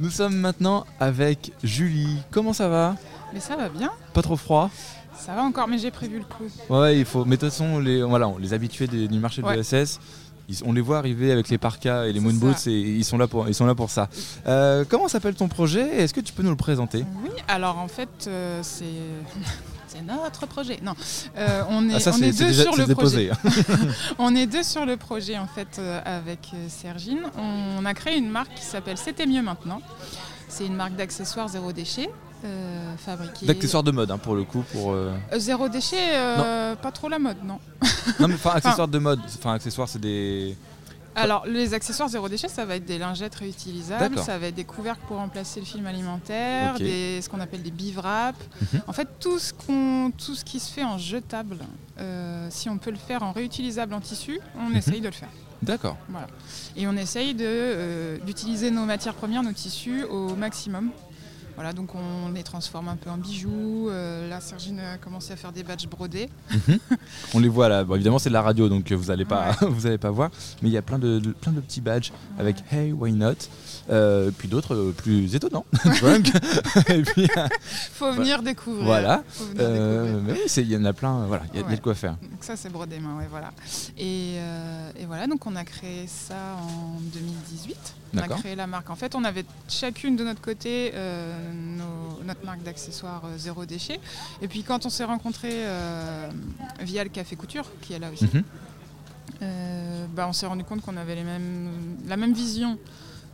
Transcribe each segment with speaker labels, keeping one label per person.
Speaker 1: Nous sommes maintenant avec Julie. Comment ça va
Speaker 2: Mais ça va bien,
Speaker 1: Pas trop froid
Speaker 2: ça va encore, mais j'ai prévu le coup.
Speaker 1: Ouais, il faut. Mais de toute façon, les, voilà, on- les habitués des- du marché de
Speaker 2: Ouais.
Speaker 1: l'ESS, ils- on les voit arriver avec les parkas et les
Speaker 2: C'est
Speaker 1: moonboots et ils sont là pour, ils sont là pour ça. Euh, comment s'appelle ton projet et Est-ce que tu peux nous le présenter
Speaker 2: Oui, alors en fait, euh, c'est c'est notre projet. Non, euh, on est,
Speaker 1: Ah, ça,
Speaker 2: on
Speaker 1: c'est
Speaker 2: est,
Speaker 1: c'est
Speaker 2: deux
Speaker 1: déjà
Speaker 2: sur
Speaker 1: c'est
Speaker 2: le projet.
Speaker 1: déposé.
Speaker 2: On est deux sur le projet en fait euh, avec euh, Sergine. On a créé une marque qui s'appelle C'était mieux maintenant. C'est une marque d'accessoires zéro déchet. euh, fabriquée.
Speaker 1: D'accessoires de mode, hein, pour le coup. Pour, euh,
Speaker 2: Euh, Zéro déchet, euh, pas trop la mode, non.
Speaker 1: Non, mais enfin, accessoires de mode. Enfin, accessoires, c'est des.
Speaker 2: Alors, les accessoires zéro déchet, ça va être des lingettes réutilisables,
Speaker 1: D'accord.
Speaker 2: ça va être des couvercles pour remplacer le film alimentaire,
Speaker 1: Ok. Mhm.
Speaker 2: des, ce qu'on appelle des bivraps. En fait, tout ce, qu'on, tout ce qui se fait en jetable, euh, si on peut le faire en réutilisable en tissu, on
Speaker 1: Mhm.
Speaker 2: essaye de le faire.
Speaker 1: D'accord.
Speaker 2: Et on essaye de, euh, d'utiliser nos matières premières, nos tissus, au maximum. Voilà, donc on les transforme un peu en bijoux. euh, là, Sergine a commencé à faire des badges brodés.
Speaker 1: On les voit là. Bon, évidemment, c'est de la radio, donc euh, vous n'allez pas, vous allez pas voir. Mais il y a plein de, de- plein de petits badges avec Hey, why not Euh, Puis d'autres euh, plus étonnants. Drunk. et puis, euh,
Speaker 2: Faut venir découvrir.
Speaker 1: voilà.
Speaker 2: Faut venir découvrir.
Speaker 1: Euh, mais oui, c'est- il y en a plein. euh, Voilà, il y a- il y a
Speaker 2: Ouais.
Speaker 1: de quoi faire.
Speaker 2: Donc ça c'est brodé main, ouais voilà. Et, euh, et voilà, donc on a créé ça en 2018. On a
Speaker 1: D'accord.
Speaker 2: créé la marque. En fait, on avait chacune de notre côté euh, nos- notre marque d'accessoires euh, zéro déchet. Et puis quand on s'est rencontrés euh, via le café couture, qui est là aussi,
Speaker 1: Mhm.
Speaker 2: euh, bah, on s'est rendu compte qu'on avait les mêmes, la même vision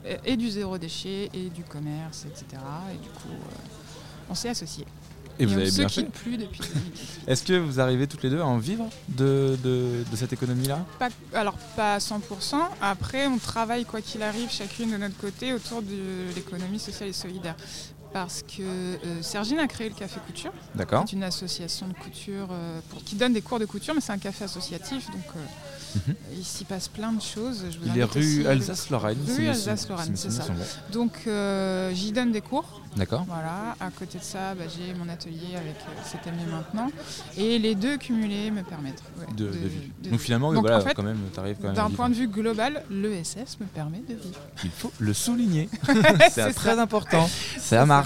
Speaker 2: euh, et du zéro déchet et du commerce, etc. Et du coup, euh, on s'est associés.
Speaker 1: Et vous
Speaker 2: on
Speaker 1: avez
Speaker 2: se
Speaker 1: bien fait.
Speaker 2: quitte plus depuis 2018.
Speaker 1: Est-ce que vous arrivez toutes les deux à en vivre de, de- de cette économie-là
Speaker 2: Pas- alors pas à 100%, après on travaille quoi qu'il arrive chacune de notre côté autour de l'économie sociale et solidaire. Parce que euh, Sergine a créé le Café Couture,
Speaker 1: D'accord.
Speaker 2: c'est une association de couture euh, pour- qui donne des cours de couture, mais c'est un café associatif, donc euh, il s'y passe plein de choses. Je vous
Speaker 1: Mhm. Il est
Speaker 2: invite aussi
Speaker 1: rue
Speaker 2: à le-
Speaker 1: Alsace-Lorraine.
Speaker 2: Rue
Speaker 1: si mes-
Speaker 2: Alsace-Lorraine,
Speaker 1: si mes souvenirs
Speaker 2: c'est ça.
Speaker 1: sont bons.
Speaker 2: Donc euh, j'y donne des cours,
Speaker 1: D'accord.
Speaker 2: voilà. À côté de ça, bah, j'ai mon atelier avec euh, cet ami maintenant, et les deux cumulés me permettent ouais,
Speaker 1: De, de
Speaker 2: de-
Speaker 1: vivre.
Speaker 2: de-
Speaker 1: Donc finalement,
Speaker 2: Donc,
Speaker 1: voilà,
Speaker 2: en fait,
Speaker 1: quand même, t'arrives quand même. à
Speaker 2: D'un
Speaker 1: vivre.
Speaker 2: point de vue global, l'ESS me permet de vivre.
Speaker 1: Il faut le souligner.
Speaker 2: C'est
Speaker 1: c'est très
Speaker 2: ça.
Speaker 1: important. Ça marche.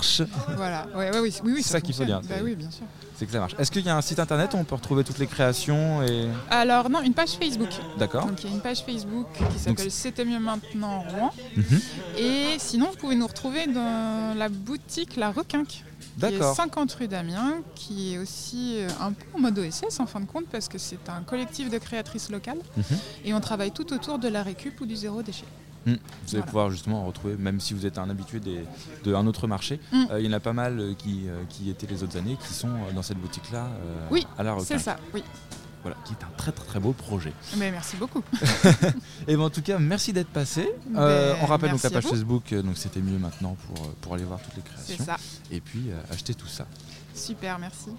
Speaker 2: Voilà. Ouais, ouais, oui, oui, oui,
Speaker 1: C'est ça qu'il faut
Speaker 2: fonctionne.
Speaker 1: dire,
Speaker 2: Bah
Speaker 1: c'est-
Speaker 2: oui, bien sûr.
Speaker 1: C'est que ça marche. Est-ce qu'il y a un site internet où on peut retrouver toutes les créations et
Speaker 2: Alors non, une page Facebook.
Speaker 1: D'accord.
Speaker 2: Donc il y a une page Facebook qui s'appelle C'était mieux maintenant Rouen.
Speaker 1: Mhm.
Speaker 2: Et sinon, vous pouvez nous retrouver dans la boutique La Requinque, qui est
Speaker 1: D'accord.
Speaker 2: 50 rue d'Amiens, qui est aussi euh, un peu en mode OSS en fin de compte, parce que c'est un collectif de créatrices locales.
Speaker 1: Mhm.
Speaker 2: Et on travaille tout autour de la récup ou du zéro déchet.
Speaker 1: Vous allez
Speaker 2: Voilà.
Speaker 1: pouvoir justement en retrouver, même si vous êtes un habitué des- de un autre marché.
Speaker 2: Mm.
Speaker 1: Euh, il y en a pas mal euh, qui, euh, qui étaient les autres années, qui sont euh, dans cette boutique-là euh,
Speaker 2: Oui,
Speaker 1: à la
Speaker 2: C'est
Speaker 1: Requin.
Speaker 2: ça, oui.
Speaker 1: Voilà, qui est un très très très beau projet.
Speaker 2: Mais merci beaucoup.
Speaker 1: Et ben en tout cas, merci d'être passé.
Speaker 2: Ben,
Speaker 1: Euh, on rappelle donc
Speaker 2: merci
Speaker 1: la
Speaker 2: à
Speaker 1: page
Speaker 2: vous.
Speaker 1: Facebook, euh, donc c'était mieux maintenant pour, euh, pour aller voir toutes les
Speaker 2: C'est
Speaker 1: créations.
Speaker 2: ça.
Speaker 1: Et puis euh, acheter tout ça.
Speaker 2: Super, merci.